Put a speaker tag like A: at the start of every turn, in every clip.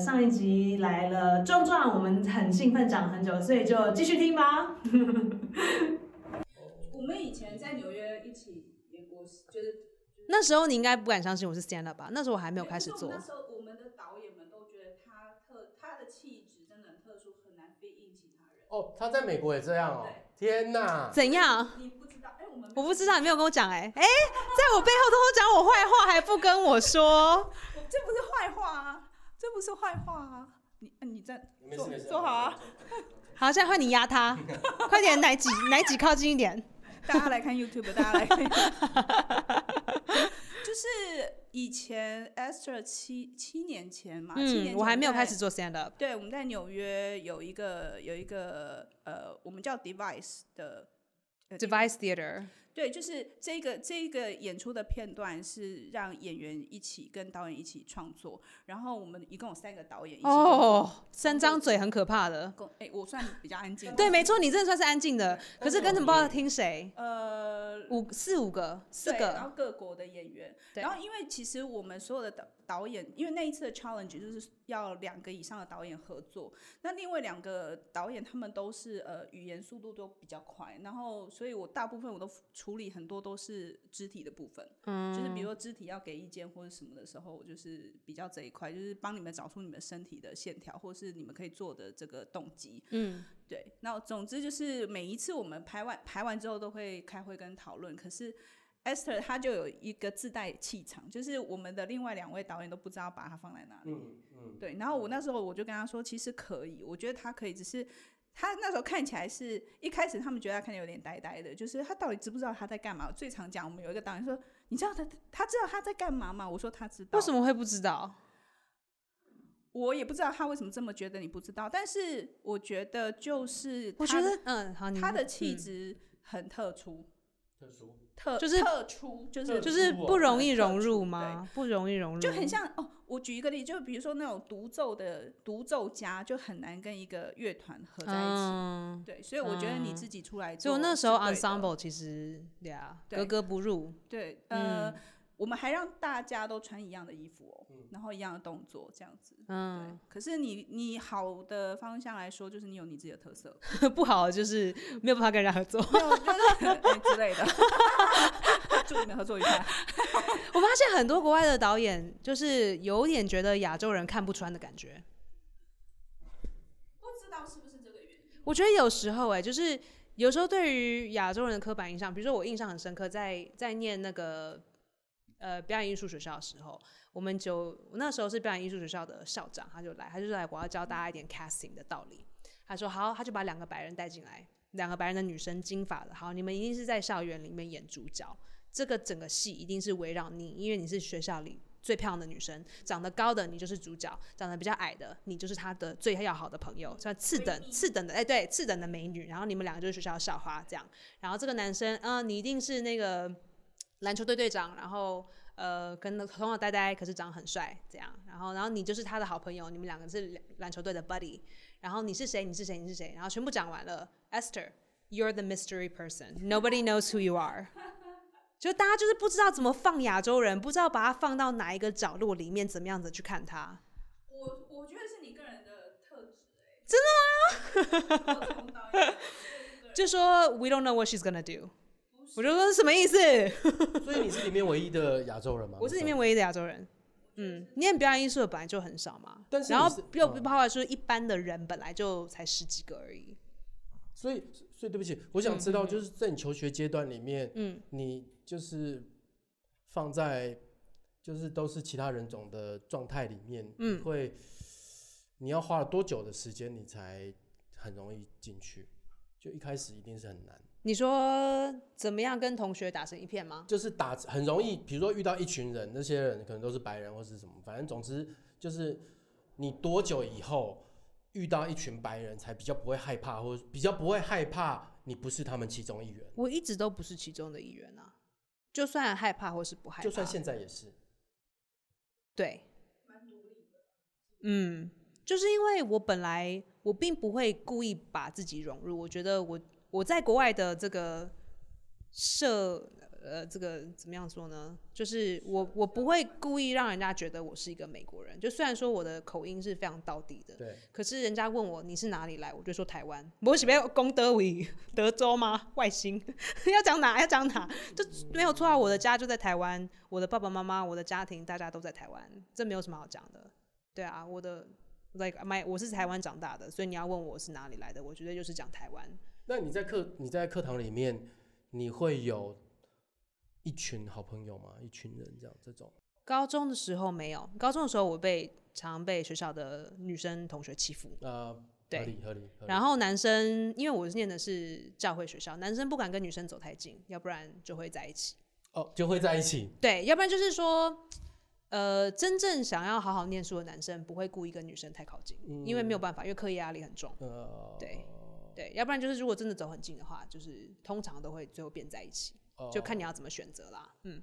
A: 上一集来了壮壮，我们很兴奋，讲了很久，所以就继续听吧。
B: 我们以前在纽约一起演过，就是
C: 那时候你应该不敢相信我是 stand up 吧？那时候我还没有开始
B: 就是
C: 做
B: 我们。那时候我们的导演们都觉得他特他的气质真的很特殊，很难 fit in 其他人。
D: 哦，他在美国也这样哦，天哪！
C: 怎样？
B: 你不知道？哎、我们
C: 我不知道，你没有跟我讲哎、哎、在我背后偷偷讲我坏话，还不跟我说。
B: 我这不是坏话啊，这不是坏话啊。你你在
D: 没
B: 坐
D: 事没事，
B: 坐好啊。
C: 好，现在换你压 他，快点，奶挤奶挤靠近一点。
B: 大家来看 YouTube，大家来 看 YouTube。就是以前 Esther 七七年前嘛，七年
C: 嗯，
B: 前
C: 我还没有
B: 在
C: 开始做 stand up。
B: 对，我们在纽约有一个有一个呃，我们叫 Device 的呃
C: Device Theater，
B: 对，就是这个这个演出的片段是让演员一起跟导演一起创作，然后我们一共有三个导演一起工作。
C: 哦，三张嘴很可怕的。
B: 共哎，我算比较安静。
C: 对，，没错，你真的算是安静的，可是根本不知道听谁，
B: 呃，
C: 五四五个，四
B: 对然
C: 个，
B: 后各国的演员，
C: 对
B: 然后因为其实我们所有的导导演，因为那一次的 challenge 就是要两个以上的导演合作，那另外两个导演他们都是呃语言速度都比较快，然后所以我大部分我都处理很多都是肢体的部分，嗯，就是比如说肢体要给意见或者什么的时候，我就是比较这一块，就是帮你们找出你们身体的线条，或是你们可以做的这个动机，
C: 嗯，
B: 对，那总之就是每一次我们排完排完之后都会开会跟讨论，可是 Esther 她就有一个自带气场，就是我们的另外两位导演都不知道把它放在哪里。
D: 嗯嗯，
B: 对，然后我那时候我就跟他说，其实可以，我觉得他可以，只是他那时候看起来是一开始他们觉得他看起来有点呆呆的，就是他到底知不知道他在干嘛？最常讲我们有一个导演说，你知道他他知道他在干嘛吗？我说他知道，
C: 为什么会不知道？
B: 我也不知道他为什么这么觉得你不知道，但是我觉得就是
C: 我觉
B: 他的
C: 得，嗯，好，你
B: 他的气
C: 嗯
B: 质很特殊，
D: 特殊，
B: 特
C: 就是
B: 特出，就是
D: 特
C: 就是不容易融入
B: 特
C: 吗？不容易融入，
B: 就很像哦。我举一个例，就比如说那种独奏的独奏家，就很难跟一个乐团合在一起。
C: 嗯
B: 对，所以我觉得你
C: 嗯
B: 自己出来做是对的，
C: 所以我那时候 ensemble 其实对啊，
B: 对
C: 格格不入。
B: 对呃，
C: 嗯
B: 我们还让大家都穿一样的衣服哦，
D: 嗯
B: 然后一样的动作这样子。对
C: 嗯，，
B: 可是你你好的方向来说，就是你有你自己的 特色，
C: 嗯不好的就是没有办法跟人家合作。
B: 没有就是哎之类的。 祝你们合作愉快。
C: 我发现很多国外的导演就是有点觉得亚洲人看不穿的感觉。
B: 不知道是不是这个原因？
C: 我觉得有时候哎、就是有时候对于亚洲人的刻板印象，比如说我印象很深刻，在在念那个呃表演艺术学校的时候，我们就我那时候是表演艺术学校的校长，他就来，他就哎来我要教大家一点 casting 的道理。他说好，他就把两个白人带进来，两个白人的女生金发的，好，你们一定是在校园里面演主角，这个整个戏一定是围绕你，因为你是学校里。最漂亮的女生，长得高的你就是主角，长得比较矮的你就是她的最要好的朋友，算次
B: 闺
C: 等
B: 蜜
C: 次等的，哎、对，次等的美女。然后你们两个就是学校的校花这样。然后这个男生，嗯、你一定是那个篮球队队长，然后呃，跟那头脑呆呆，可是长得很帅，这样。然后，然后你就是他的好朋友，你们两个是篮篮球队的 buddy。然后你是谁？你是谁？你是谁？然后全部讲完了，Esther，you're the mystery person，nobody knows who you are。就大家就是不知道怎么放亚洲人，不知道把他放到哪一个角落里面，怎么样子去看他。
B: 我我觉得是你个人的特质、欸，真的吗？从导演
C: 就说 we don't know what she's gonna do。我就说什么意思？
D: 所以你是里面唯一的亚洲人吗？
C: 我是里面唯一的亚洲人。嗯，念表演艺术的本来就很少嘛，
D: 但是
C: 然
D: 你
C: 后
D: 是
C: 又
D: 嗯
C: 包括说一般的人本来就才十几个而已。
D: 所以，所以对不起，我想知道，就是在你求学阶段里面，
C: 嗯，
D: 你就是放在就是都是其他人种的状态里面，
C: 嗯
D: 你会你要花了多久的时间，你才很容易进去？就一开始一定是很难，
C: 你说怎么样跟同学打成一片吗？
D: 就是打很容易，比如说遇到一群人，那些人可能都是白人或是什么，反正总之就是你多久以后遇到一群白人，才比较不会害怕，或比较不会害怕你不是他们其中一员，
C: 我一直都不是其中的一员啊，就算害怕或是不害怕，
D: 就算现在也是。
C: 对，嗯，就是因为我本来我并不会故意把自己融入，我觉得我我在国外的这个社呃，这个怎么样说呢？就是我我不会故意让人家觉得我是一个美国人，就虽然说我的口音是非常到底的，
D: 对，
C: 可是人家问我你是哪里来，我就说台湾。我是不要攻德维德州吗？外星 要讲哪要讲哪，就没有错啊。我的家就在台湾，我的爸爸妈妈、我的家庭，大家都在台湾，这没有什么好讲的。对啊，我的 like my 我是台湾长大的，所以你要问我是哪里来的，我绝对就是讲台湾。
D: 那你在课你在课堂里面，你会有一群好朋友吗？一群人这样这种？
C: 高中的时候没有，高中的时候我被常被学校的女生同学欺负，
D: 啊，
C: 对
D: 合理合理。合理
C: 然后男生因为我是念的是教会学校，男生不敢跟女生走太近，要不然就会在一起。
D: 哦，就会在一起。
C: 对，要不然就是说，呃，真正想要好好念书的男生不会故意跟女生太靠近，因
D: 嗯
C: 为没有办法，因为课业压力很重。
D: 呃，
C: 对对，要不然就是如果真的走很近的话，就是通常都会最后变在一起，
D: 哦，
C: 就看你要怎么选择啦。嗯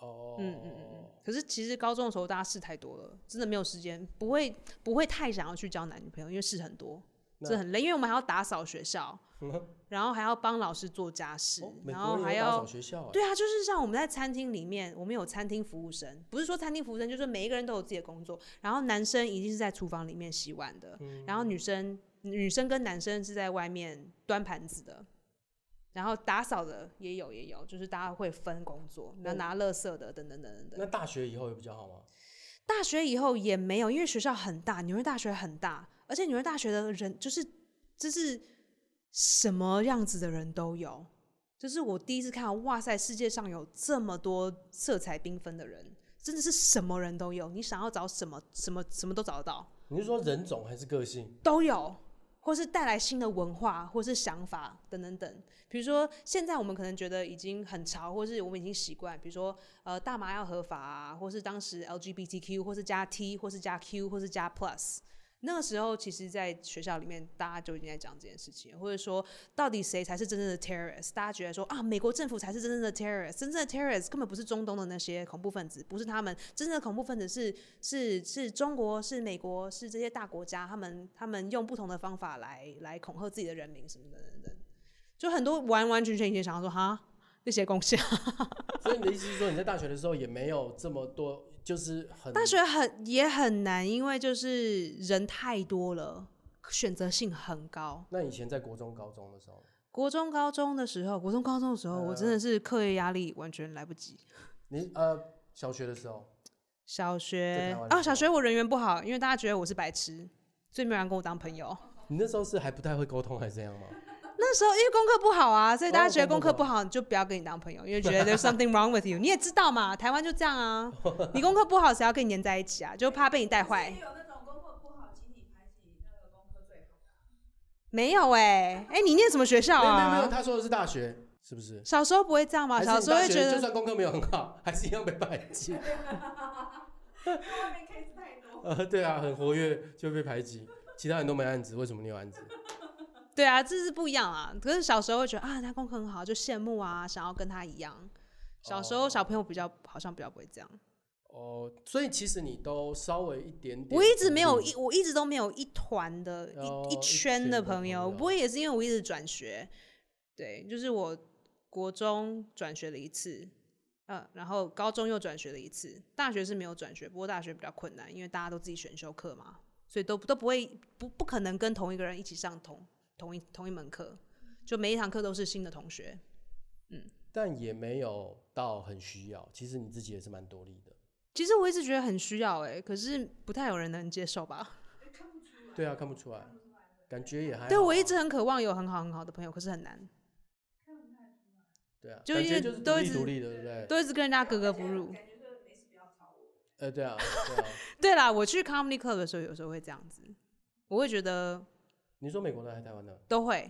D: 哦，
C: 嗯嗯嗯。可是其实高中的时候大家事太多了，真的没有时间，不会不会太想要去交男女朋友，因为事很多，
D: 那
C: 这很累，因为我们还要打扫学 校，然后还要帮老师做家事，
D: 哦美
C: 然
D: 国
C: 后
D: 人
C: 还
D: 有打
C: 要
D: 扫学校啊，
C: 对啊，就是像我们在餐厅里面，我们有餐厅服务生，不是说餐厅服务生，就是每一个人都有自己的工作。然后男生一定是在厨房里面洗碗的，然后女生女生跟男生是在外面端盘子的，然后打扫的也有也有，就是大家会分工作，然后拿垃圾的等等等等
D: 那
C: 等。
D: 大学以后有比较好吗？
C: 大学以后也没有，因为学校很大，纽约大学很大，而且纽约大学的人就是就是什么样子的人都有。就是我第一次看到，哇塞，世界上有这么多色彩缤纷的人，真的是什么人都有，你想要找什么什么什么都找得到，
D: 你是说人种还是个性？
C: 都有，或是带来新的文化或是想法等等等。比如说，现在我们可能觉得已经很潮，或是我们已经习惯，比如说呃大麻要合法啊，或是当时 LGBTQ，或是加 T，或是加 Q，或是加 Plus。那个时候，其实，在学校里面，大家就已经在讲这件事情，或者说，到底谁才是真正的 terrorist？大家觉得说啊，美国政府才是真正的 terrorist，真正的 terrorist 根本不是中东的那些恐怖分子，不是他们，真正的恐怖分子是是是中国、是美国、是这些大国家，他们他们用不同的方法来来恐吓自己的人民什么的等等，就很多完完全全以前想要说哈这些贡献，
D: 所以你的意思是说，你在大学的时候也没有这么多，就是很
C: 大学很也很难，因为就是人太多了，选择性很高。
D: 那以前在国中、高中的时候，
C: 国中、高中的时候，国中、高中的时候，我
D: 呃
C: 真的是课业压力完全来不及。
D: 你呃小学的时候，
C: 小
D: 在
C: 学
D: 台湾的
C: 哦，
D: 时
C: 小
D: 候
C: 学我人缘不好，因为大家觉得我是白痴，所以没有人跟我当朋友。
D: 你那时候是还不太会沟通，还是这样吗？
C: 那时候因为功课不好啊，所以大家觉得
D: 哦功
C: 功
D: 课
C: 课
D: 不
C: 不
D: 好
C: 好，你就不要跟你当朋友，因为觉得 there's something wrong with you。你也知道嘛，台湾就这样 啊，你功课不好，谁要跟你黏在一起啊？就怕被你带坏
B: 也。有那种功课不好，集体排挤那个功课最好。啊
C: 没有哎、哎、你念什么学校
D: 没有没有没有，
C: 啊？
D: 他说的是大学，是不是？
C: 小时候不会这样
D: 还
C: 吗？小
D: 是你
C: 时候
D: 大
C: 会
D: 学
C: 觉
D: 就
C: 得
D: 算功课没有很好，还是一样被排挤。
B: 因为外面 case 太多。
D: 呃，对啊，很活跃就被排挤，其他人都没案子，为什么你有案子？
C: 对啊，这是不一样啊。可是小时候会觉得啊，他功课很好，就羡慕啊，想要跟他一样。小时候
D: 哦
C: 小朋友比较好像比较不会这样。
D: 哦，所以其实你都稍微一点点，嗯
C: 我一直没有一，我一直都没有一团的一、
D: 哦
C: 一
D: 一
C: 圈
D: 群
C: 的
D: 的朋
C: 朋友。
D: 友
C: 不过也是因为我一直转学，对，就是我国中转学了一次，呃，然后高中又转学了一次，大学是没有转学，不过大学比较困难，因为大家都自己选修课嘛，所以都都不会不不可能跟同一个人一起上同同一同一门课，就每一堂课都是新的同学。
D: 但也没有到很需要。其实你自己也是蛮多力的。
C: 其实我一直觉得很需要哎、可是不太有人能接受吧。
D: 对啊，看不出来，感觉也还
C: 对
D: 好
C: 我
D: 啊
C: 一直很渴望有很好很好的朋友，可是很难。
D: 对啊，
C: 就
D: 感
C: 一
D: 觉
C: 直
D: 就是
C: 都
D: 独
C: 一
D: 立
C: 直
D: 独立的，对不对？
C: 都一直跟人家格格不入。
D: 呃，对啊，对啊。
C: 对啦，我去 comedy club 的时候，有时候会这样子，我会觉得
D: 你说美国的还是台湾的？
C: 都会。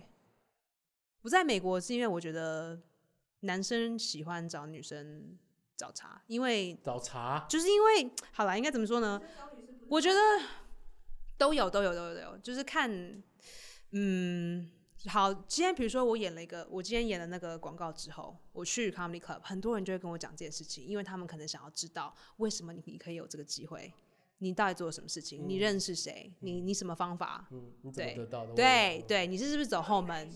C: 我在美国是因为我觉得男生喜欢找女生找茬，因为
D: 找茬
C: 就是因为好啦，应该怎么说呢？我觉得都有都有都有都有，就是看，嗯，好，今天比如说我演了一个，我今天演了那个广告之后，我去 comedy club，很多人就会跟我讲这件事情，因为他们可能想要知道为什么你你可以有这个机会，你到底做了什么事情，你认识谁，你你什么方法，
D: 嗯，你怎么
C: 对
D: 得到的？
C: 对
D: 我也不知道，
C: 对，你是是不是走后门？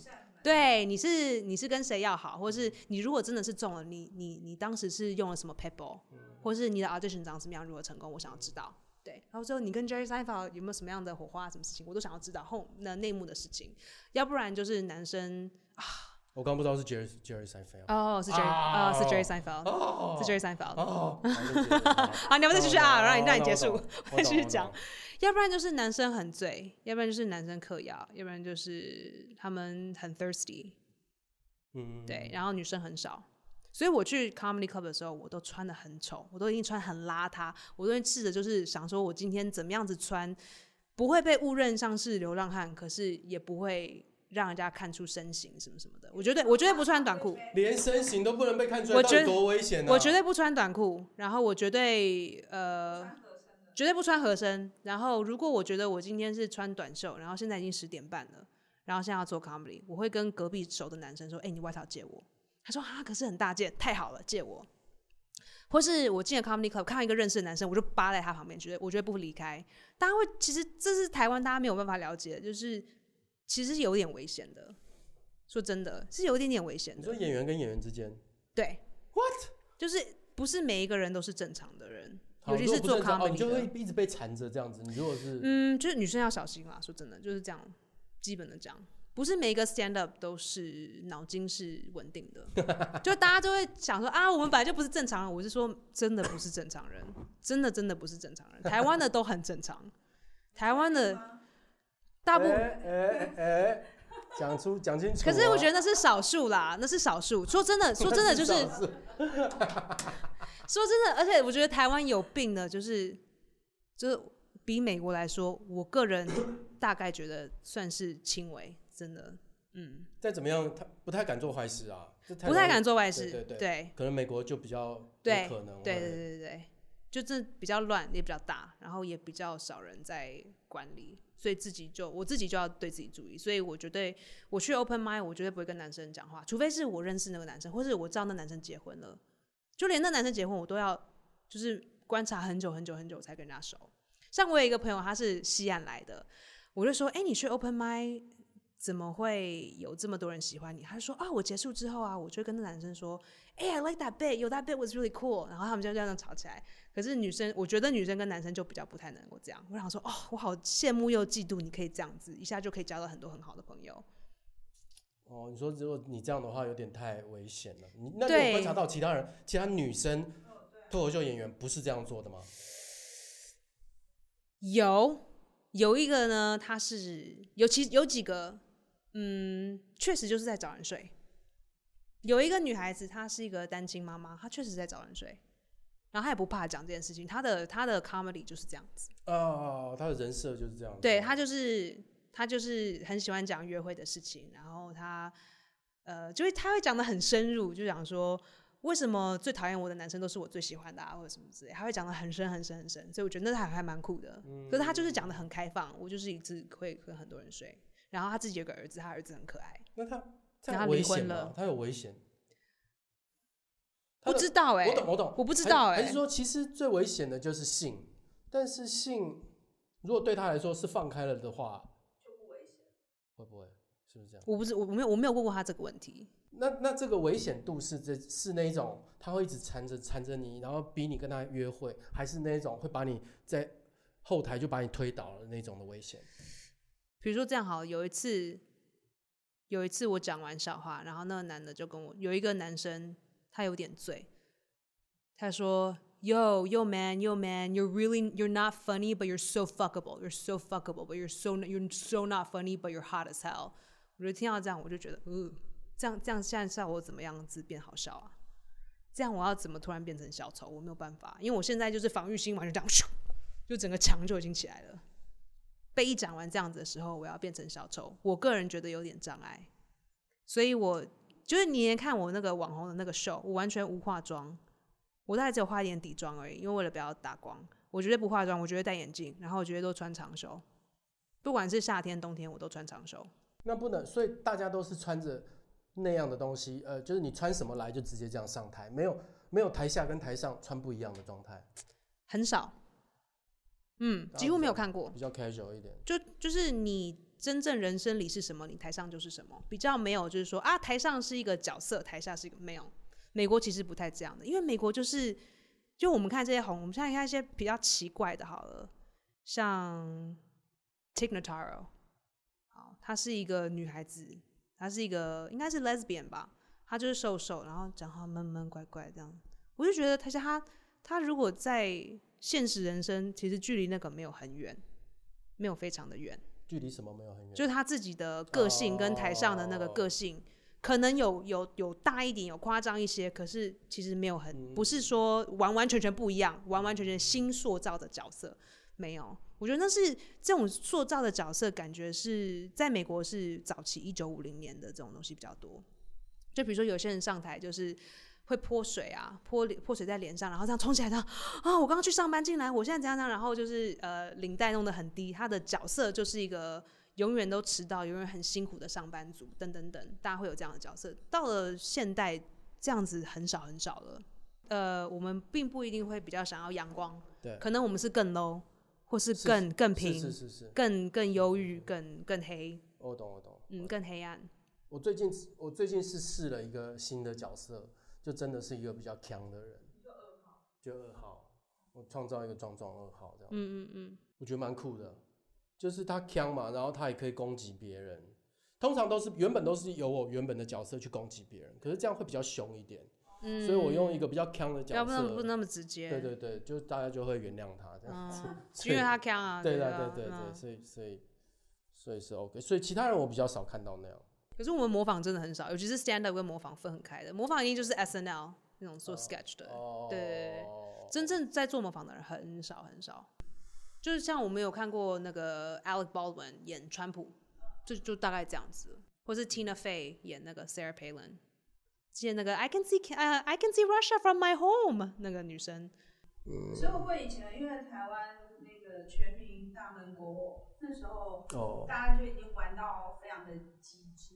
C: 对，你是你是跟谁要好，或是你如果真的是中了，你你你当时是用了什么 paper，或
D: 嗯
C: 是你的 audition 长什么样，如何成功，我想要知道。对，然后之后你跟 Jerry Seinfeld 有没有什么样的火花，什么事情，我都想要知道后那内幕的事情。要不然就是男生
D: 我刚不知道是 Jerry Jerry Seinfeld。
C: 哦，是 Jerry
D: 啊
C: 啊、是 Jerry Seinfeld，、
D: 哦
C: 是 Jerry Seinfeld。
D: 哦， 好
C: 好，你要不要再继续啊？让你让你结。
D: 我
C: 束
D: 懂。
C: 我
D: 我懂我懂我懂
C: 继续
D: 我
C: 讲
D: 懂
C: 要不然就是男生很醉，要不然就是男生嗑药，要不然就是他们很 thirsty，
D: 嗯，
C: 对，然后女生很少。所以我去 comedy club 的时候，我都穿的很丑，我都已经穿很邋遢，我都会试着就是想说，我今天怎么样子穿，不会被误认上是流浪汉，可是也不会让人家看出身形什么什么的。我绝对，我绝对不穿短裤，
D: 连身形都不能被看出来，
C: 我
D: 到
C: 觉
D: 底
C: 得
D: 多危险啊！
C: 我绝对不穿短裤，然后我绝对呃，绝对不穿合身。然后如果我觉得我今天是穿短袖，然后现在已经十点半了，然后现在要做 comedy，我会跟隔壁熟的男生说：“哎、你外套借我。”他说：“啊，可是很大件，太好了，借我。”或是我进了 comedy club，看到一个认识的男生，我就扒在他旁边，觉得我觉得不离开。大家会其实这是台湾大家没有办法了解的，就是其实是有点危险的。说真的，是有一点点危险
D: 你
C: 的
D: 说。演员跟演员之间，
C: 对，what？就是不是每一个人都是正常的人，
D: 好
C: 尤其是
D: 如果
C: 做
D: 不正常哦
C: comedy
D: 你就会
C: 的。
D: 一直被缠着这样子。你如果是
C: 嗯，就是女生要小心啦。说真的，就是这样，基本的这样。不是每一个 stand up 都是脑筋是稳定 的，就大家就会想说啊，我们本来就不是正常人。我是说，真的不是正常人，真的真的不是正常人。台湾的都很正常，台湾的大部分
D: 哎哎哎，讲出讲清楚哦。
C: 可是我觉得那是少数啦，那是少数。说真的，说真的，就是
D: 至少
C: 说真的，而且我觉得台湾有病的，就是就是比美国来说，我个人大概觉得算是轻微，真的，嗯，
D: 再怎么样，他不太敢做坏事啊，这
C: 不太敢。做坏
D: 对
C: 事，
D: 对对可能美国就比较有
C: 对
D: 可能会啊
C: 对对对对，就这比较乱，也比较大，然后也比较少人在管理，所以自己就我自己就要对自己注意。所以我绝对我去 open m i d 我绝对不会跟男生讲话，除非是我认识那个男生，或是我知道那男生结婚了，就连那男生结婚我都要就是观察很久很久很久才跟人家熟。像我有一个朋友，他是西岸来的，我就说：“哎、你去 open m i d 怎么会有这么多人喜欢你？”他就说：“啊，我结束之后啊，我就会跟那男生说，哎、i like that bit，有 that bit was really cool。然后他们就这样吵起来。可是女生，我觉得女生跟男生就比较不太能够这样。我想说，哦，我好羡慕又嫉妒，你可以这样子，一下就可以交到很多很好的朋友。
D: 哦，你说如果你这样的话，有点太危险了。你那你
C: 对
D: 有观察到其他人，其他女生脱口秀演员不是这样做的吗？
C: 有有一个呢，他是有其有几个，嗯，确实就是在找人睡。有一个女孩子，她是一个单亲妈妈，她确实在找人睡，然后她也不怕讲这件事情，她的她的 comedy 就是这样子。
D: 啊，他的人设就是这样子。
C: 对他就是他就是很喜欢讲约会的事情，然后他呃，就会他会讲的很深入，就讲说为什么最讨厌我的男生都是我最喜欢的啊，或者什么之类，他会讲的很深很深很深，所以我觉得那还还蛮酷的。
D: 嗯
C: 可是他就是讲的很开放，我就是一直会跟很多人睡，然后他自己有个儿子，他儿子很可爱，
D: 那他
C: 然后
D: 他有
C: 离
D: 危
C: 婚
D: 险吗
C: 了？
D: 他有危险？他
C: 不
D: 的
C: 知道哎、
D: 我懂，我懂，
C: 我不知道
D: 还
C: 哎、
D: 还是说，其实最危险的就是性，但是性如果对他来说是放开了的话，就不危险，会不会？是不是这样？
C: 我不知我我没有我没有问过他这个问题，
D: 那那这个危险度是这是那一种他会一直缠着缠着你，然后逼你跟他约会，还是那一种会把你在后台就把你推倒了那种的危险？
C: 比如说这样好了，有一次，有一次我讲完笑话，然后那个男的就跟我有一个男生，他有点醉，他说：“Yo, yo, man, yo, man, you're really you're not funny, but you're so fuckable. You're so fuckable, but you're so you're so not funny, but you're hot as hell。”我就听到这样，我就觉得，嗯，这样这样现在笑我怎么样子变好笑啊？这样我要怎么突然变成小丑？我没有办法，因为我现在就是防御心完全这样，咻就整个墙就已经起来了。被一讲完这样子的时候，我要变成小丑，我个人觉得有点障碍，所以我就是你也看我那个网红的那个秀，我完全无化妆，我大概只有化一点底妆而已，因为为了不要打光，我绝对不化妆，我绝对戴眼镜，然后我绝对都穿长袖，不管是夏天冬天我都穿长袖，
D: 那不能，所以大家都是穿着那样的东西，呃，就是你穿什么来就直接这样上台，没有没有台下跟台上穿不一样的状态，
C: 很少，嗯，几乎没有看过，
D: 比较 casual 一点。
C: 就就是你真正人生里是什么，你台上就是什么，比较没有就是说啊，台上是一个角色，台下是一个没有。美国其实不太这样的，因为美国就是就我们看这些红，我们现在看一些比较奇怪的，好了，像 t i k n o t a r o 好，她是一个女孩子，她是一个应该是 lesbian 吧，她就是瘦瘦，然后讲话闷闷怪怪这样，我就觉得她像她她如果在现实人生，其实距离那个没有很远，没有非常的远。
D: 距离什么没有很远，
C: 就是他自己的个性跟台上的那个个性，可能有有有大一点，有夸张一些，可是其实没有很，不是说完完全全不一样，完完全全新塑造的角色，没有。我觉得那是这种塑造的角色，感觉是在美国是早期一九五零年的这种东西比较多。就比如说有些人上台就是会泼水啊，泼脸泼水在脸上，然后这样冲起来，这样啊，我刚刚去上班进来，我现在怎样怎样，然后就是呃领带弄得很低，他的角色就是一个永远都迟到、永远很辛苦的上班族，等等等，大家会有这样的角色。到了现代，这样子很少很少了。呃，我们并不一定会比较想要阳光，
D: 对
C: 可能我们是更 low，或是
D: 是
C: 更更平、
D: 是是是是，
C: 更更忧郁、更更黑，
D: 我懂我懂，
C: 嗯，更黑暗。
D: 我最近我最近是试了一个新的角色，就真的是一个比较强的人，就二号，就二号，我创造一个壮壮二号这样，
C: 嗯嗯嗯，
D: 我觉得蛮酷的，就是他强嘛，然后他也可以攻击别人，通常都是原本都是由我原本的角色去攻击别人，可是这样会比较凶一点，
C: 嗯
D: 所以我用一个比较强的
C: 要
D: 角
C: 不那么不
D: 色，
C: 那么直接，
D: 对对对，就大家就会原谅他这样，
C: 嗯，
D: 所
C: 因
D: 以
C: 为他强啊，
D: 对
C: 对
D: 对对对对，所以所以所以是 OK，所以其他人我比较少看到那样。
C: 可是我们模仿真的很少，尤其是 stand up 跟模仿分很开的，模仿一定就是 S N L 那种做
D: 哦
C: sketch 的，
D: 哦
C: 对真正在做模仿的人很少很少。就是像我们有看过那个 Alec Baldwin 演川普，就就大概这样子，或
D: 嗯
C: 是 Tina Fey 演那个 Sarah Palin，之前那个 I can see 呃、I can see Russia from my home 那个女生，
B: 所
D: 嗯
B: 以会不会以前因为台湾那个全民大闷锅火，那时候
D: 哦，
B: 大家就已经玩到非常的极致。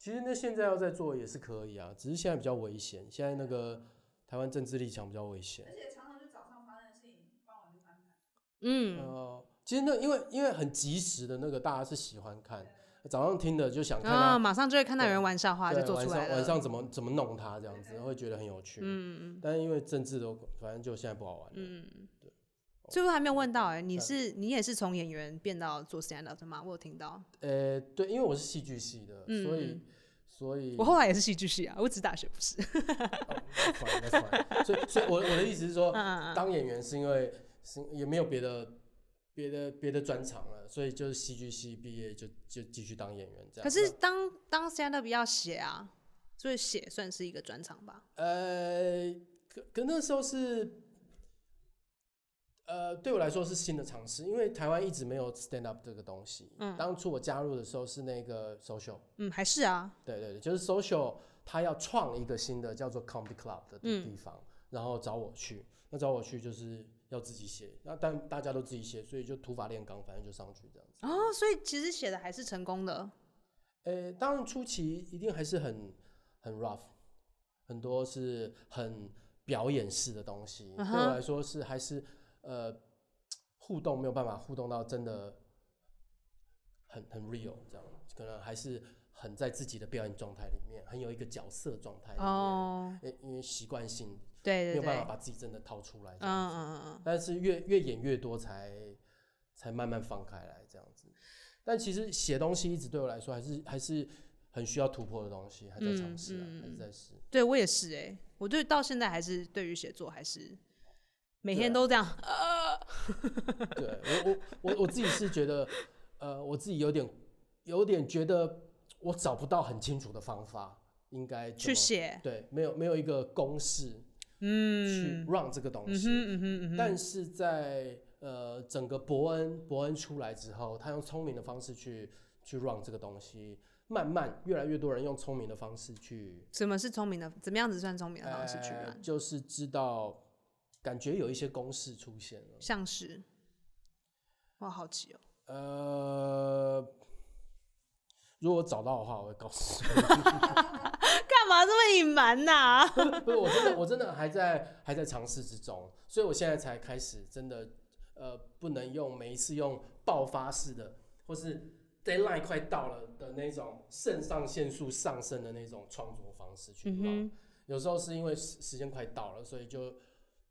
D: 其实那现在要再做也是可以啊，只是现在比较危险，现在那个台湾政治立场比较危险。
B: 且常常就早上发生的事情，傍晚就翻盘。
C: 嗯，
D: 哦、其实那因为因为很及时的那个大家是喜欢看，早上听的就想看
C: 啊、
D: 他。
C: 马上就会看到有人玩笑话
D: 对
C: 就做
D: 晚
C: 出
D: 上
C: 来了，
D: 晚上怎么怎么弄他这样子，会觉得很有趣。
C: 嗯嗯
D: 但是因为政治都反正就现在不好玩了。
C: 嗯嗯
D: 对，哦
C: 最后还没有问到哎、你
D: 对
C: 是你也是从演员变到做 stand up 的吗？我有听到，
D: 呃，对，因为我是戏剧系的，所以
C: 嗯
D: 所以
C: 我后来也是戏剧系啊，我只大学不是，
D: 哦，that's fine, that's fine 所以所以我我的意思是说，
C: 嗯嗯
D: 当演员是因为是也没有别的别的别的专长了，所以就是戏剧系毕业就就继续当演员这样。
C: 可是当当 stand up 要写啊，所以写算是一个专长吧。
D: 那呃，可可那时候是呃对我来说是新的尝试，因为台湾一直没有 stand up 这个东西。
C: 嗯
D: 当初我加入的时候是那个 social，
C: 嗯，还是啊，
D: 对对对，就是 social，他要创一个新的叫做 comedy club 的地
C: 嗯
D: 地方，然后找我去，那找我去就是要自己写，那但大家都自己写，所以就土法炼钢，反正就上去这样子。
C: 哦，所以其实写的还是成功的。
D: 呃，当然初期一定还是很很 rough，很多是很表演式的东西。
C: 嗯
D: 对我
C: 哼
D: 来说是还是呃互动没有办法互动到真的很很 real 这样，可能还是很在自己的表演状态里面，很有一个角色状态里面。
C: 哦，
D: 因因为习惯性
C: 对
D: 没
C: 对
D: 有办法
C: 对，
D: 把自己真的掏出来
C: 嗯
D: 这
C: 嗯
D: 样子，
C: 嗯嗯，
D: 但是越越演越多才才慢慢放开来这样子。但其实写东西一直对我来说还是还是很需要突破的东西，还在尝试
C: 嗯
D: 啊，
C: 嗯嗯
D: 还是在试。
C: 对我也是哎、我对到现在还是对于写作还是每天都这样。
D: 对我我我我自己是觉得，呃，我自己有点有点觉得我找不到很清楚的方法，应该怎
C: 去
D: 么。
C: 写，
D: 对，没有没有一个公式去
C: 嗯，
D: 让这个东
C: 嗯
D: 西，
C: 哼嗯哼嗯哼，
D: 但是在呃整个伯恩伯恩出来之后，他用聪明的方式去去 run 这个东西，慢慢越来越多人用聪明的方式去，
C: 什么是聪明的？怎么样子算聪明的方式去
D: 呃
C: 玩？
D: 就是知道感觉有一些公式出现了，
C: 像是，我好奇哦。
D: 呃。如果我找到的话，我会告诉你。
C: 干嘛这么隐瞒呐？
D: 不是，我真的，我真的还在还在尝试之中，所以我现在才开始真的，呃，不能用每一次用爆发式的，或是 deadline 快到了的那种肾上腺素上升的那种创作方式去
C: 嗯
D: 冒。
C: 哼，
D: 有时候是因为时时间快到了，所以就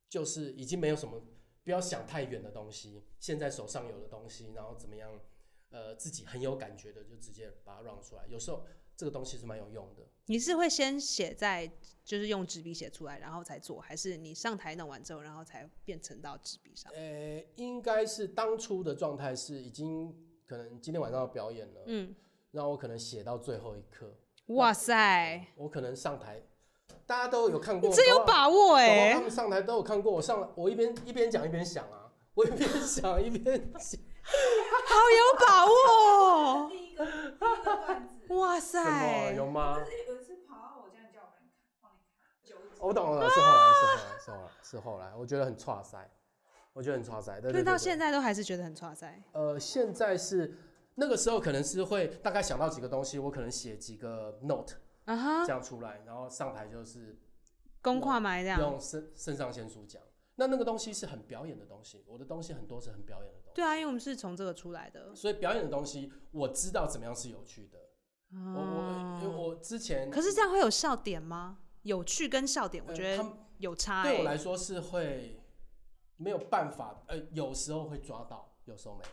D: 就是已经没有什么不要想太远的东西，现在手上有的东西，然后怎么样，呃，自己很有感觉的就直接把它 run 出来。有时候这个东西是蛮有用的。
C: 你是会先写在，就是用纸笔写出来，然后才做，还是你上台弄完之后，然后才变成到纸笔上？
D: 呃，应该是当初的状态是已经可能今天晚上要表演了，
C: 嗯，
D: 让我可能写到最后一刻，
C: 哇塞，
D: 我可能上台，大家都有看过，
C: 你真
D: 搞
C: 有
D: 不好
C: 把握
D: 搞不好
C: 哎、
D: 他们上台哦都有看过，我上来我一边一边讲一边想啊，我一边想一边 写。
C: 好有把握哦！
B: 第一个第一个段子，
C: 哇
D: 什么
C: 塞，
D: 有吗？
B: 有一次跑到我家叫我人看，帮你看九指
D: 哦我懂了，是后来，是后来，是后来，是后来，我觉得很差塞，我觉得很差塞。对对
C: 那
D: 对
C: 到
D: 对
C: 现在都还是觉得很挫塞。
D: 呃，现在是那个时候可能是会大概想到几个东西，我可能写几个 note
C: 啊哈
D: 这，样出来，然后上台就是
C: 公跨埋这样。
D: 用肾肾上腺素讲。那那个东西是很表演的东西，我的东西很多是很表演的东
C: 对啊，因为我们是从这个出来的
D: 西，。所以表演的东西我知道怎么样是有趣的。我我因为
C: 哦
D: 我之前
C: 可是这样会有笑点吗？有趣跟笑点，我
D: 呃
C: 觉
D: 他
C: 得
D: 们
C: 有差、欸。
D: 对我来说是会没有办法，呃，有时候会抓到，有时候没有。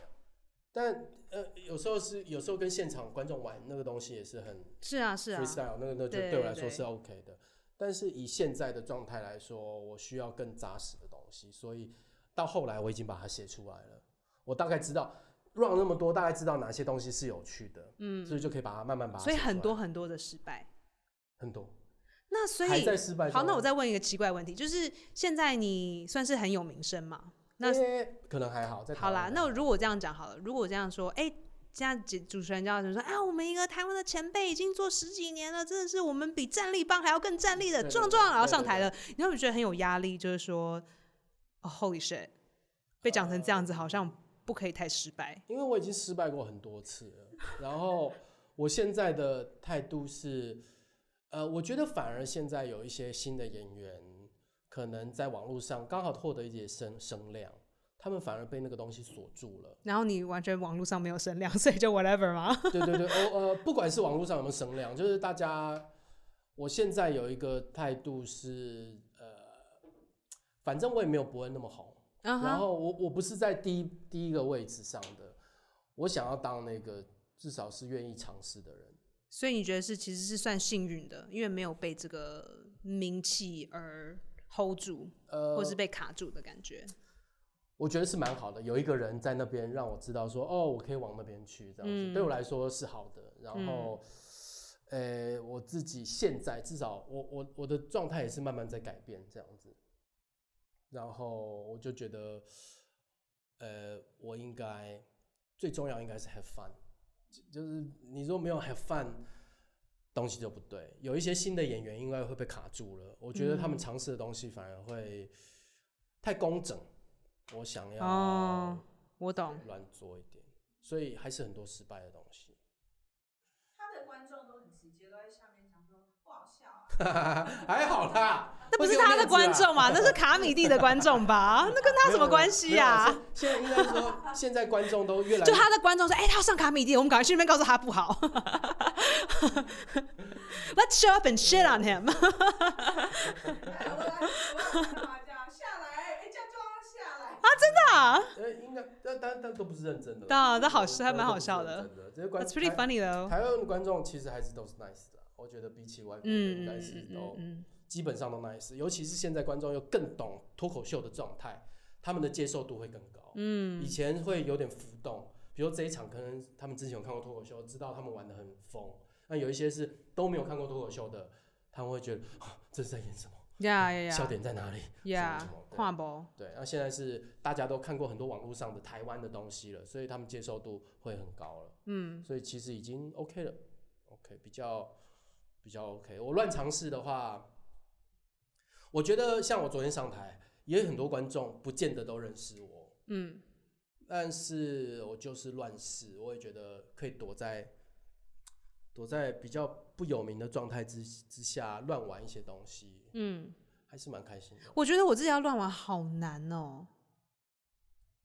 D: 但呃，有时候是有时候跟现场观众玩那个东西也是很
C: 是啊，是啊，
D: freestyle，那个那就
C: 对
D: 对
C: 对
D: 我来说
C: 对
D: 是 OK 的。但是以现在的状态来说，我需要更扎实的东西，所以到后来我已经把它写出来了。我大概知道 run 那么多，大概知道哪些东西是有趣的，
C: 嗯，
D: 所以就可以把它慢慢把它
C: 所
D: 写出来。
C: 以很多很多的失败。
D: 很多
C: 那所
D: 还
C: 以
D: 在失败中啊。
C: 好，那我再问一个奇怪问题，就是现在你算是很有名声嘛？那
D: 欸可能还好，在台
C: 好
D: 湾
C: 啦
D: 还，
C: 那
D: 好
C: 如果我这样讲好了，如果我这样说，哎、这样主主持人叫什么说啊？我们一个台湾的前辈已经做十几年了，真的是我们比战力帮还要更战力的
D: 对对
C: 壮
D: 对
C: 壮，然后
D: 对
C: 上
D: 对
C: 台
D: 对
C: 了，你会不会觉得很有压力？就是说、哦、，Holy shit，被讲成这样子，
D: 呃
C: 好像不可以太失败。
D: 因为我已经失败过很多次了，然后我现在的态度是，呃，我觉得反而现在有一些新的演员，可能在网络上刚好获得一些声声量，他们反而被那个东西锁住了。
C: 然后你完全网络上没有声量，所以就 whatever 嘛。
D: 对对 对，哦呃，不管是网络上有没有声量，就是大家，我现在有一个态度是，呃，反正我也没有不会那么红。
C: 啊
D: 然
C: 哈，
D: 后我我不是在第一第一个位置上的，我想要当那个至少是愿意尝试的人。
C: 所以你觉得是其实是算幸运的，因为没有被这个名气而 hold 住，
D: 呃，
C: 或是被卡住的感觉。
D: 我觉得是蛮好的，有一个人在那边让我知道说，哦，我可以往那边去，这样子、
C: 嗯
D: 对我来说是好的。然后，
C: 嗯
D: 呃，我自己现在至少我我我的状态也是慢慢在改变这样子，然后我就觉得，呃，我应该最重要应该是 have fun，就就是你如果没有 have fun。东西就不对，有一些新的演员应该会被卡住了。我觉得
C: 嗯
D: 他们尝试的东西反而会太工整，我想要
C: 哦我懂，
D: 乱做一点，所以还是很多失败的东西。
B: 他的观众都很直接，都在下面讲说不好笑啊。
D: 还好啦，
C: 那不
D: 会
C: 是
D: 给我
C: 他的
D: 面子啊
C: 观
D: 啦
C: 众嘛？那是卡米蒂的观众吧？那跟他什么关系
D: 没有
C: 呀？
D: 啦现现在应该说，现在观众都越来
C: 就
D: 越
C: 他的观众说：“哎、他要上卡米蒂，我们赶快去那边告诉他不好。”Let's show up and shit on him
B: 我来，我来干嘛这样下来？哎，叫装下来。
C: 啊
D: 呃，应该但但但都不是认真的啦，
C: 对啊都好
D: 都
C: 还蛮
D: 都
C: 好
D: 不是
C: 笑
D: 认
C: 的
D: 真的。这些观
C: ，That's pretty
D: 台
C: funny though。
D: 台湾的观众其实还是都是 nice 的啦，我觉得比起外国的
C: 嗯
D: 应该
C: 嗯
D: 是
C: 嗯
D: 都。
C: 嗯嗯，
D: 基本上都 nice，尤其是现在观众又更懂脱口秀的状态，他们的接受度会更高。嗯，以前会有点浮动，比如这一场可能他们之前有看过脱口秀，知道他们玩的很疯，那有一些是都没有看过脱口秀的，他们会觉得、啊、这是在演什么
C: 呀呀
D: 笑
C: 呀
D: 点在哪里？什
C: 呀
D: 么，
C: 跨博。
D: 对，那现在是大家都看过很多网络上的台湾的东西了，所以他们接受度会很高了。嗯，所以其实已经 OK 了，OK 比较比较 OK。我乱尝试的话，我觉得像我昨天上台，也有很多观众不见得都认识我，
C: 嗯，
D: 但是我就是乱试，我也觉得可以躲在躲在比较不有名的状态之之下乱玩一些东西，
C: 嗯，
D: 还是蛮开心的。
C: 我觉得我自己要乱玩好难哦、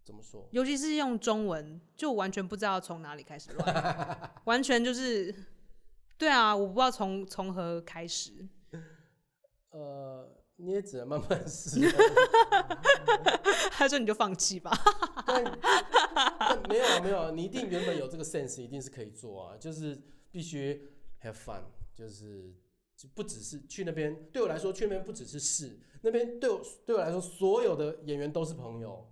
D: 怎么说？
C: 尤其是用中文，就完全不知道从哪里开始乱， 完全就是，对啊，我不知道从从何开始。
D: 呃，你也只能慢慢试。
C: 他说你就放弃吧，
D: 但但没有啊，没有啊，你一定原本有这个 sense，一定是可以做啊，就是必须 have fun，就是就不只是去那边，对我来说去那边不只是试，那边对我对我来说，所有的演员都是朋友，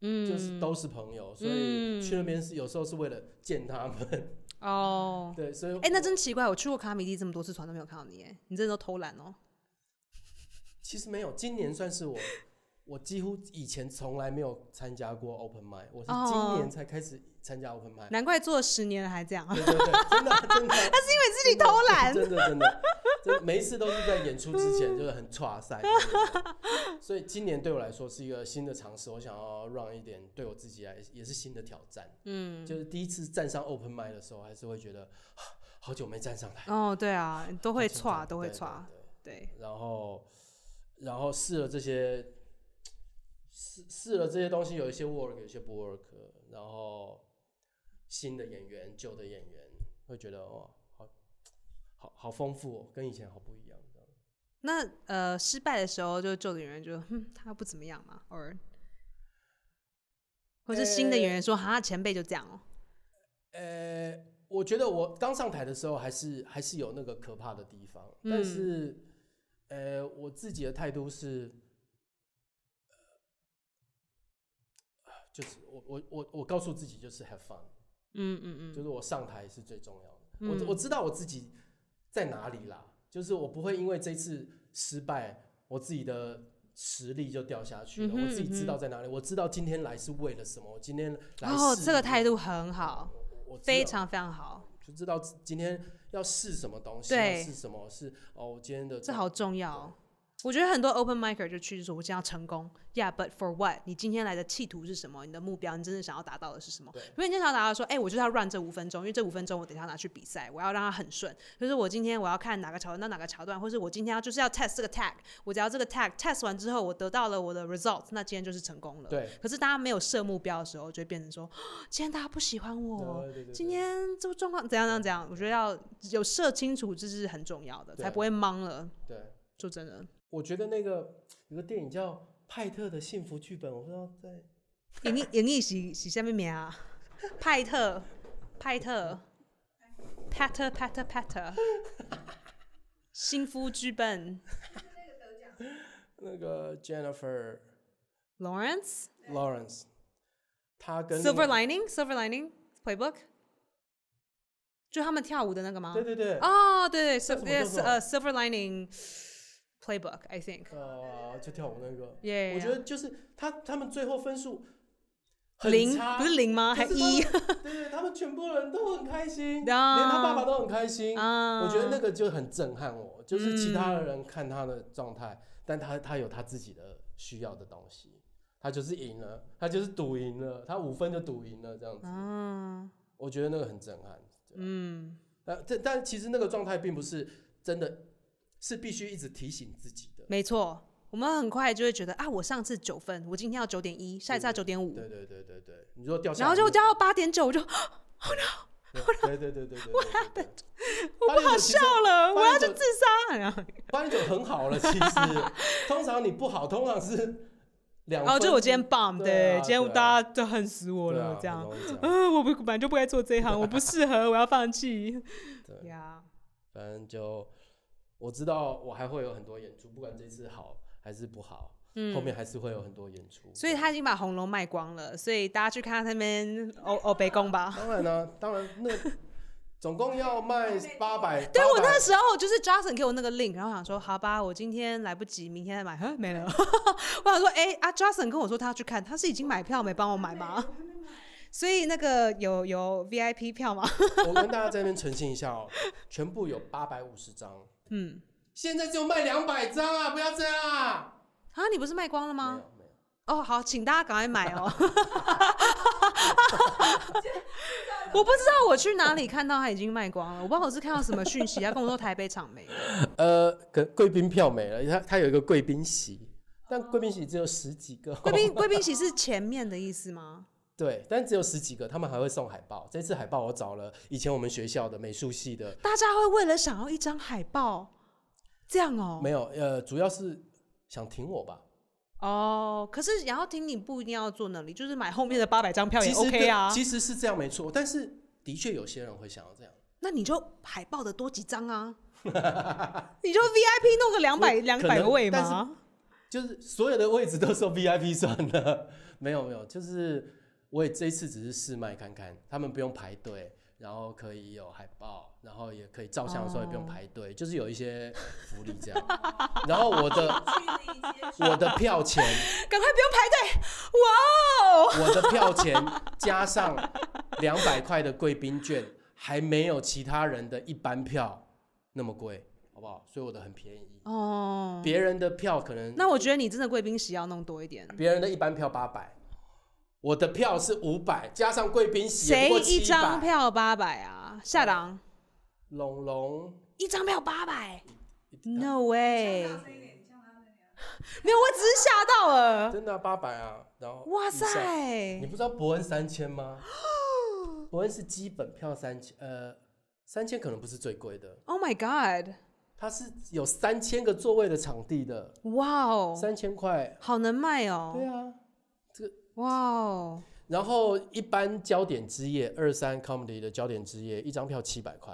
C: 嗯，
D: 就是都是朋友，所以
C: 嗯
D: 去那边是有时候是为了见他们，
C: 哦。
D: 对，所以
C: 哎、那
D: 我
C: 真奇怪，我去过卡米蒂这么多次，从来都没有看到你，哎，你真的都偷懒哦。
D: 其实没有，今年算是我。我几乎以前从来没有参加过 open m i d 我是今
C: 哦
D: 年才开始参加 open m i d
C: 难怪做了十年了还这样啊。
D: 对对对，真的 真的，那是因为
C: 自己偷懒
D: 真的真的，真的每一次都是在演出之前就是很歘塞，所以今年对我来说是一个新的尝试，我想要让一点对我自己来也是新的挑战，
C: 嗯，
D: 就是第一次站上 open m i 的时候，还是会觉得 啊好久没站上台，
C: 哦，对啊，都会
D: 好紧张
C: 错，都会啊
D: 对对
C: 错，
D: 对
C: 对，
D: 然后然后试了这些，试试了这些东西，有一些 work，有一些不 work，然后新的演员、旧的演员，会觉得哇，好好好丰富哦，跟以前好不一样。这样
C: 那呃，失败的时候就旧的演员就哼，他不怎么样嘛，偶尔，或是新的演员说哈，前辈就这样哦。
D: 呃，我觉得我刚上台的时候，还是还是有那个可怕的地方，但
C: 嗯
D: 是呃，我自己的态度是。呃就是我我我我告诉自己就是 have fun，
C: 嗯嗯嗯，
D: 就是我上台是最重要的。
C: 嗯
D: 我我知道我自己在哪里啦，就是我不会因为这次失败，我自己的实力就掉下去了。
C: 嗯哼
D: 我自己知道
C: 嗯
D: 在哪里，我知道今天来是为了什么，我今天来
C: 哦，
D: 试
C: 这个
D: 什么
C: 态度很好，，
D: 我我我知道
C: 非常非常好，
D: 就知道今天要试什么东西，
C: 对
D: 要试什么是哦，我今天的
C: 这好重要。哦我觉得很多 open micer 就去就说我今天要成功，Yeah，but for what？你今天来的企图是什么？你的目标，你真正想要达到的是什么？
D: 对
C: 如果你今天想要达到说，哎、我就是要 run 这五分钟，因为这五分钟我等一下拿去比赛，我要让它很顺。就是我今天我要看哪个桥段到哪个桥段，或是我今天要就是要 test 这个 tag，我只要这个 tag test 完之后，我得到了我的 result，那今天就是成功了。。
D: 对。
C: 可是大家没有设目标的时候，就会变成说， 今天大家不喜欢我，
D: 对对对
C: 哦今
D: 对
C: 天这个状况怎样怎样怎样，我觉得要有设清楚，这是很重要的，
D: 对啊
C: 才不会懵了。
D: 对，
C: 说真的，
D: 我觉得那个有个电影叫《派特的幸福剧本》，我不知道在
C: 演你演你是是什么名啊？派特，派特，Patter Patter Patter，新夫剧本
D: 那个 Jennifer
C: Lawrence
D: Lawrence，他跟那个
C: Silver Lining Silver Lining Playbook，就他们跳舞的那个吗
D: 对？对对，
C: 哦，对对
D: 叫什么叫什
C: ，Silver
D: 么
C: 呃 Silver Lining Playbook，I think，
D: 呃，就跳舞那个，
C: 耶，
D: 我觉得就是他他们最后分数很
C: 零
D: 差
C: 不是零吗？还
D: 可是他们
C: 一
D: 对对，他们全部人都很开心，连
C: 啊
D: 他爸爸都很开心。
C: 啊嗯
D: 我觉得那个就很震撼我，就是其他的人看他的状态，但他他有他自己的需要的东西，他就是赢了，他就是赌赢了，他五分就赌赢了这样子，
C: 啊，
D: 我觉得那个很震撼。
C: 嗯。
D: 但但呃但其实那个状态并不是真的，是必须一直提醒自己的。
C: 没错，我们很快就会觉得啊，我上次九分，我今天要九点一，下一次要九点五，
D: 对对对对对，你说掉下
C: 然
D: 来
C: 后
D: 你，
C: 就掉到八点九，我就
D: 对对对对对对对对，我不好笑
C: 到了，我要去
D: 89
C: 自杀，然后
D: 八点九很好了，其实通常你不好，通常是两分。
C: 哦，就我今天 bomb，
D: 对啊
C: 对，今
D: 对
C: 天
D: 啊
C: 大家都恨死我
D: 对
C: 了
D: 啊，
C: 这样，
D: 很容易 这样
C: 嗯，我不本来就不该做这一行，我不适合，我要放弃
D: 对，
C: 呀，
D: 反正就我知道我还会有很多演出，不管这次好还是不好，后
C: 嗯。
D: 面还是会有很多演出。
C: 所以他已经把红龙卖光了，所以大家去看他那边欧欧北宫吧。
D: 当然呢、当然那总共要卖八百，
C: 对我
D: 800
C: 那时候就是 Jason 给我那个 link，然后想说好吧，我今天来不及，明天再买，呵 没了。我想说，哎、啊，Jason 跟我说他要去看，他是已经买票没帮我买吗？ 所以那个有有 VIP 票吗？
D: 我跟大家在那边澄清一下哦，全部有八百五十张，
C: 嗯，
D: 现在就卖两百张啊！不要这样啊！
C: 啊，你不是卖光了
D: 没有
C: 吗？
D: 没有，
C: 哦，好，请大家赶快买哦。 我不知道我去哪里看到他已经卖光了，我不知道我是看到什么讯息，他跟我说台北场没了。
D: 呃，可贵宾票没了，他他有一个贵宾席，但贵宾席只有十几个，
C: 贵宾贵宾席是前面的意思吗？
D: 对，但只有十几个，他们还会送海报。这次海报我找了以前我们学校的美术系的，
C: 大家会为了想要一张海报，这样哦、
D: 没有，呃，主要是想挺我吧。
C: 哦，可是然后听你不一定要坐那里，就是买后面的八百张票也
D: 其实
C: OK
D: 对
C: 啊。
D: 其实是这样没错，但是的确有些人会想要这样。
C: 那你就海报的多几张啊， 你就 VIP 弄个两百两
D: 可
C: 百
D: 能
C: 位
D: 但是
C: 嘛。
D: 就是所有的位置都是 VIP 算的，没有没有，就是我也这一次只是试卖看看，他们不用排队，然后可以有海报，然后也可以照相的时候也不用排队，就是有一些福利这样。然后我的我的票钱，
C: 赶快不用排队！哇哦，
D: 我的票钱加上两百块的贵宾券，还没有其他人的一般票那么贵，好不好？所以我的很便宜，
C: 哦，
D: 别人的票可能
C: 那我觉得你真的贵宾席要弄多一点。
D: 别人的一般票八百，我的票是五百，加上贵宾席也
C: 谁
D: 不过哎
C: 一张
D: 700？
C: 票八百啊？下档
D: 龙龙
C: 一张票八百
D: 定
C: ？No way！没有，我只是吓到了。
D: 真的八百啊，然后
C: 哇
D: 以上，
C: 塞
D: 你！不知道伯恩三 千吗？伯恩是基本票三千，呃，三千可能不是最贵的，
C: Oh my god！
D: 它是有三千个座位的场地的，
C: 哇哦，
D: 三千块，
C: 好能卖哦
D: 对！啊。
C: 哇哦，
D: 然后一般焦点之夜二三 comedy 的焦点之夜，一张票七百块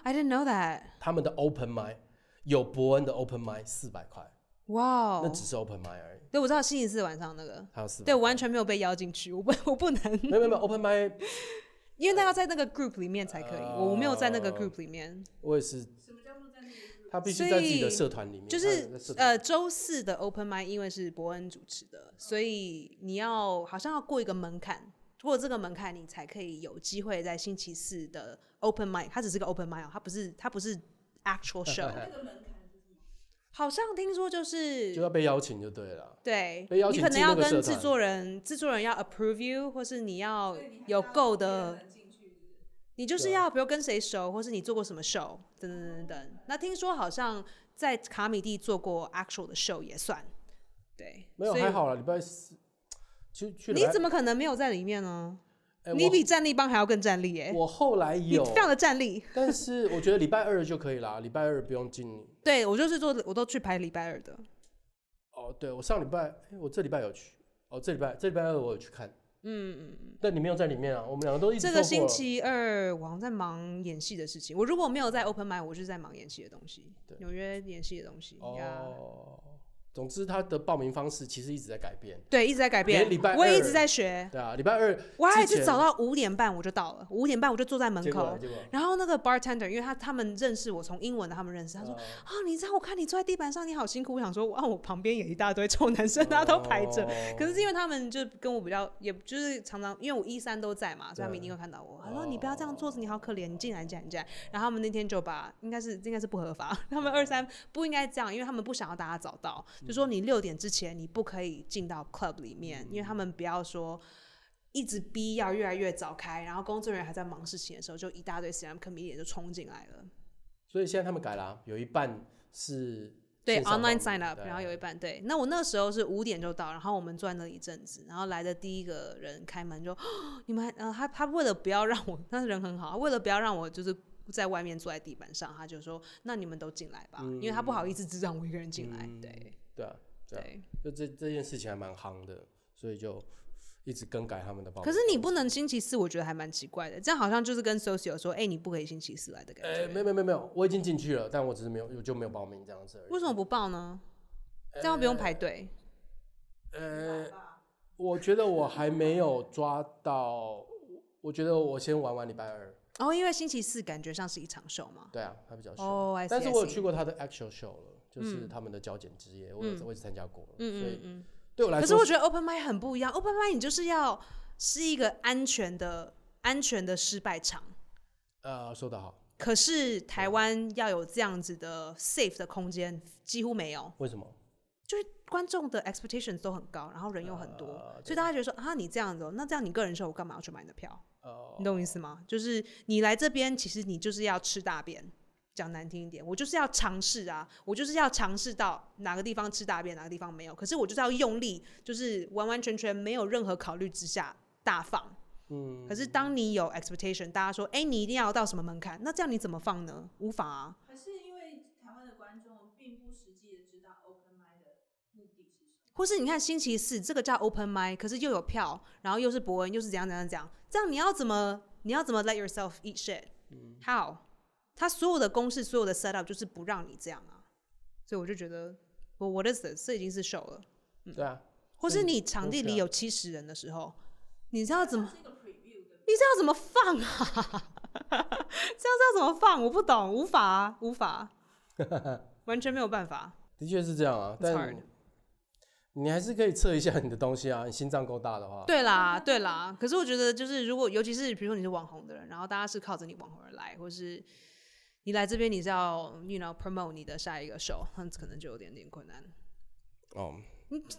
C: I didn't know that。
D: 他们的 open mic 有伯恩的 open mic 四百块，
C: 哇
D: 那
C: 哦！
D: 只是 open mic 而已。
C: 对，我知道星期四晚上那个，
D: 还有四百，
C: 对，我完全没有被邀进去，我不， 我不能，
D: 没有没有没有 open mic，
C: 因为那要在那个 group 里面才可以，
D: 哦
C: 我我没有在那个 group 里面。
D: 我也是，他必须
C: 所以
D: 在自己的社团里面，
C: 就
D: 他在
C: 是
D: 社团
C: 呃，周四的 open m i d 因为是伯恩主持的，所以你要好像要过一个门槛，过这个门槛你才可以有机会在星期四的 open m i d 它只是个 open m i d 哦，它不是它不是 actual show。好像听说就
D: 就是要被邀请就对了，
C: 对，
D: 被邀
C: 你
D: 请
C: 可能
D: 进那
C: 要
D: 个社
C: 跟
D: 团
C: 制作人，制作人要 approve you，或是你要有够的，你就是
D: 对啊
C: 要比如跟谁熟，或是你做过什么 show，等等等等等。那听说好像在卡米蒂做过 actual 的 show 也算，对，
D: 没有
C: 所以
D: 还。好了，礼拜四去去礼
C: 你
D: 拜
C: 怎么可能没有在里面呢？
D: 哎
C: 你
D: 我
C: 比战力帮还要更战力耶、
D: 我后来
C: 你
D: 有
C: 非，常的战力。
D: 但是我觉得礼拜二就可以啦，礼拜二不用进。
C: 对我就是做，我都去排礼拜二的。
D: 哦，对我上礼拜，哎我这礼拜有去，哦，这礼拜这礼拜二我有去看，
C: 嗯，嗯
D: 但你没有在里面啊，我们两个都一直
C: 这个
D: 错过
C: 星
D: 了
C: 期二我好像在忙演戏的事情。我如果没有在 open m i d 我就是在忙演戏的东西
D: 对，
C: 纽约演戏的东西。呀
D: 哦，总之他的报名方式其实一直在改变，
C: 对，一直在改变
D: 连礼拜，
C: 我也一
D: 二
C: 直在学。
D: 对啊，礼拜二
C: 我还
D: 之
C: 是
D: 前
C: 早到五点半我就到了，五点半我就坐在门
D: 结果来
C: 口。
D: 结果。
C: 然后那个 bartender，因为他他们认识我，从英文的他们认识，他说
D: 呃
C: 啊，你知道我看你坐在地板上，你好辛苦。我想说，哇，我旁边也一大堆臭男生， 大家都排着。
D: 哦
C: 可是因为他们就跟我比较，也就是常常因为我一三都在嘛，所以他们一定会看到我。他说你不要这样坐着，你好可怜，你进来进来进来。然后他们那天就把应该是应该是不合法，他们二三不应该这样，因为他们不想要大家早到，就说你六点之前你不可以进到 club 里面，因为他们不要说。一直逼要越来越早开，然后工作人员还在忙事情的时候，就一大堆 stand up comedian 就冲进来了。
D: 所以现在他们改了啊、有一半是
C: 对
D: 线上报
C: ，online
D: 名
C: sign up，
D: 对啊
C: 然后有一半对。那我那时候是五点就到，然后我们坐在那里一阵子，然后来的第一个人开门就，你们还，呃，他他为了不要让我，但是人很好，他为了不要让我就是在外面坐在地板上，他就说，那你们都进来吧，因为他不好意思只让我一个人进来，
D: 嗯
C: 对
D: 对啊，对啊
C: 对。
D: 就这这件事情还蛮夯的，所以就一直更改他们的报名
C: 可
D: 方
C: 是
D: 式。
C: 你不能星期四，我觉得还蛮奇怪的，这样好像就是跟 social 说，哎、你不可以星期四来的感
D: 呃、
C: 觉，
D: 没有没有没有没有，我已经进去了，但我只是没有，我就没有报名这样子而已。
C: 为什么不报呢？这样不用
D: 哎
C: 排队，
D: 呃，我觉得我还没有抓到，我觉得我先玩玩礼拜二，
C: 哦，因为星期四感觉像是一场秀嘛。
D: 对啊，他比较秀。
C: 哦、i see，
D: 但
C: I
D: 是我有
C: see
D: 去过他的 actual show 了，就是他们的交剪之夜，我有我也参加过了，
C: 嗯
D: 所
C: 嗯
D: 以
C: 嗯。
D: 对我来
C: 可
D: 说，
C: 是我觉得 open m i d 很不一样，open m i d 你就是要是一个安全的、安全的失败场。
D: 呃说的好，
C: 可是台湾要有这样子的 safe 的空间，几乎没有，
D: 为什么？
C: 就是观众的 expectations 都很高，然后人又很多，
D: 呃
C: 所以大家觉得说啊，你这样子、哦，那这样你个人秀我干嘛要去买你的票？
D: 呃，
C: 你懂我意思吗？就是你来这边，其实你就是要吃大便，讲难听一点，我就是要尝试啊，我就是要尝试到哪个地方吃大便，哪个地方没有。可是我就是要用力，就是完完全全没有任何考虑之下大放。
D: 嗯，
C: 可是当你有 expectation，大家说，哎、你一定要到什么门槛，那这样你怎么放呢？无法啊。
B: 可是因为台湾的观众并不实际的知道 open mind 的目的是什么。
C: 或是你看星期四这个叫 open mic，可是又有票，然后又是伯恩，又是怎样怎样怎样，这样你要怎么你要怎么 let yourself eat shit？How？、他所有的公式、所有的 set up 就是不让你这样啊，所以我就觉得，我 what is this？这已经是 show 了，
D: 对啊，
C: 或是
D: 嗯
C: 你场地
D: 是
C: 里
D: 啊
C: 有七十人的时候，你知道怎么
B: 是一个 preview 的，
C: 你这要怎么放啊？ 这样是要怎么放？我不懂，无法、啊，无法啊，完全没有办法。
D: 的确是这样啊，但
C: hard
D: 你你还是可以测一下你的东西啊，你心脏够大的话，
C: 对啦，对啦。可是我觉得，就是如果尤其是比如说你是网红的人，然后大家是靠着你网红而来，或是你来这边你是要 you know promote 你的下一个 show，那可能就有点点困难。
D: 哦，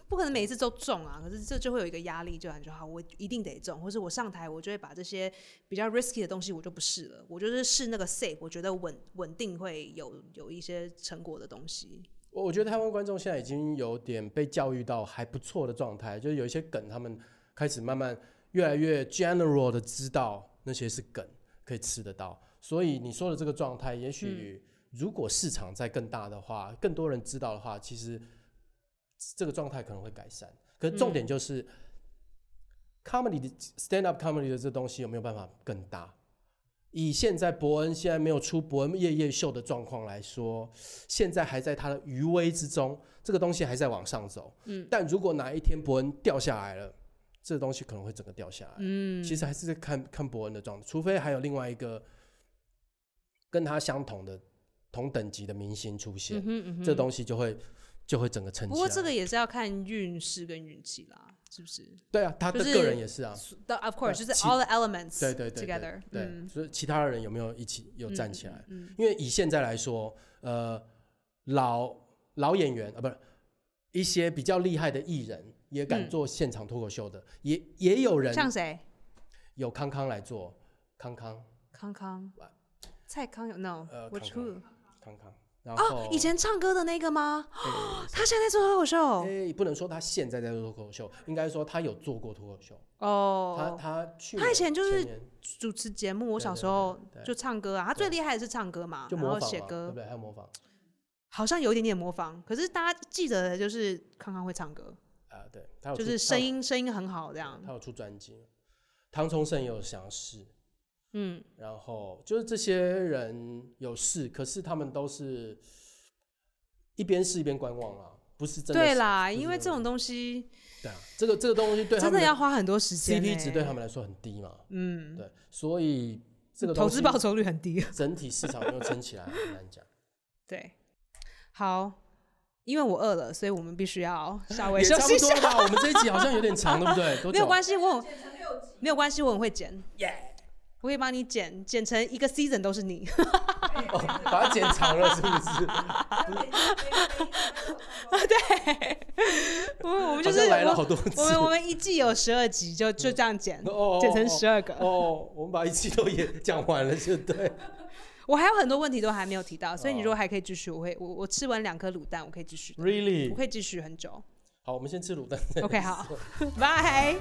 C: 不可能每一次都中啊，可是这就会有一个压力，就感觉好，我一定得中，或是我上台我就会把这些比较 risky 的东西我就不试了，我就是试那个 safe，我觉得稳稳定会有有一些成果的东西。
D: 我我觉得台湾观众现在已经有点被教育到还不错的状态，就是有一些梗，他们开始慢慢越来越 general 的知道那些是梗，可以吃得到。所以你说的这个状态，也许如果市场再更大的话，更多人知道的话，其实这个状态可能会改善。可是重点就是、comedy 的 stand up comedy 的这东西有没有办法更大？以现在伯恩现在没有出伯恩夜夜秀的状况来说，现在还在他的余威之中，这个东西还在往上走。嗯，但如果哪一天伯恩掉下来了，这东西可能会整个掉下来。嗯，其实还是在看看伯恩的状态，除非还有另外一个跟他相同的同等级的明星出现，
C: 嗯
D: 这东西就啊会就会整个撑起来。
C: 不过这个也是要看运势跟运气啦，是不是
D: 对啊，他的
C: 就是
D: 个人也是啊，
C: ？The of course，就
D: 对
C: 是
D: 其
C: all the elements
D: 对对对对
C: together，
D: 对，
C: 嗯
D: 所以其他人有没有一起有站起来？
C: 嗯，嗯
D: 因为以现在来说，呃，老老演员啊，不是一些比较厉害的艺人也敢
C: 嗯
D: 做现场脱口秀的，也也有人
C: 像谁？
D: 有康康来做，康康
C: 康康
D: 哇、
C: 蔡康永？No，
D: 呃
C: 我
D: 康哦
C: 出
D: 康康康，然后、
C: 啊，以前唱歌的那个吗？
D: 对
C: 他现在在做脱口秀
D: 诶、哎不能说他现在在做脱口秀，应该说他有做过脱口秀，
C: 哦。
D: 他他去
C: 他以
D: 年
C: 前就是
D: 前年
C: 主持节目，我
D: 对
C: 小
D: 对
C: 时候
D: 对对
C: 就唱歌啊，他最
D: 对
C: 厉害的是唱歌嘛，
D: 就
C: 然
D: 模
C: 后啊
D: 仿啊
C: 写
D: 嘛对
C: 歌
D: 不，对？还有模仿
C: 好像有一点点模仿。可是大家记得的就是康康会唱歌，
D: 啊、对，他有
C: 就
D: 出
C: 是
D: 他
C: 声
D: 有
C: 音声音很好这样。
D: 他有出专辑，唐崇盛也有想试，
C: 嗯，
D: 然后就是这些人有事，可是他们都是一边试一边观望啊，不是真的
C: 对
D: 是
C: 啦，
D: 不是
C: 因为这
D: 真
C: 种
D: 的
C: 东西
D: 对啊，这个这个东西对他
C: 真
D: 们
C: 的要花很多时间欸。
D: CP 值对他们来说很低嘛，
C: 嗯，
D: 对，所以这个
C: 投
D: 东
C: 资
D: 西
C: 报酬率很低。
D: 整体市场没有撑起来，很难讲。
C: 对，好，因为我饿了，所以我们必须 要稍微
D: 也
C: 休
D: 差
C: 息一
D: 不
C: 下
D: 多。了吧，我们这一集好像有点长，对不对？多
C: 没有
D: 久啊
C: 关系，我很
B: 剪成六集，
C: 没有关系，我很会剪。我可以帮你剪，剪成一个 season 都是 你。
D: 哦，把它剪长了是不是？
C: 我我们就
D: 好
C: 是
D: 像来了
C: 我
D: 好多次
C: 我们我们一季有十二集，就就这样剪，
D: 哦，
C: 剪成十二
D: 哦
C: 个。
D: 哦，我们把一期都也讲完了，就对。
C: 我还有很多问题都还没有提到，所以你
D: 哦
C: 如果还可以继续，我会我我吃完两颗卤蛋，我可以继续，
D: 嗯 Really？
C: 我 可以继续很久。
D: 好，我们先吃卤蛋。
C: OK，好，拜。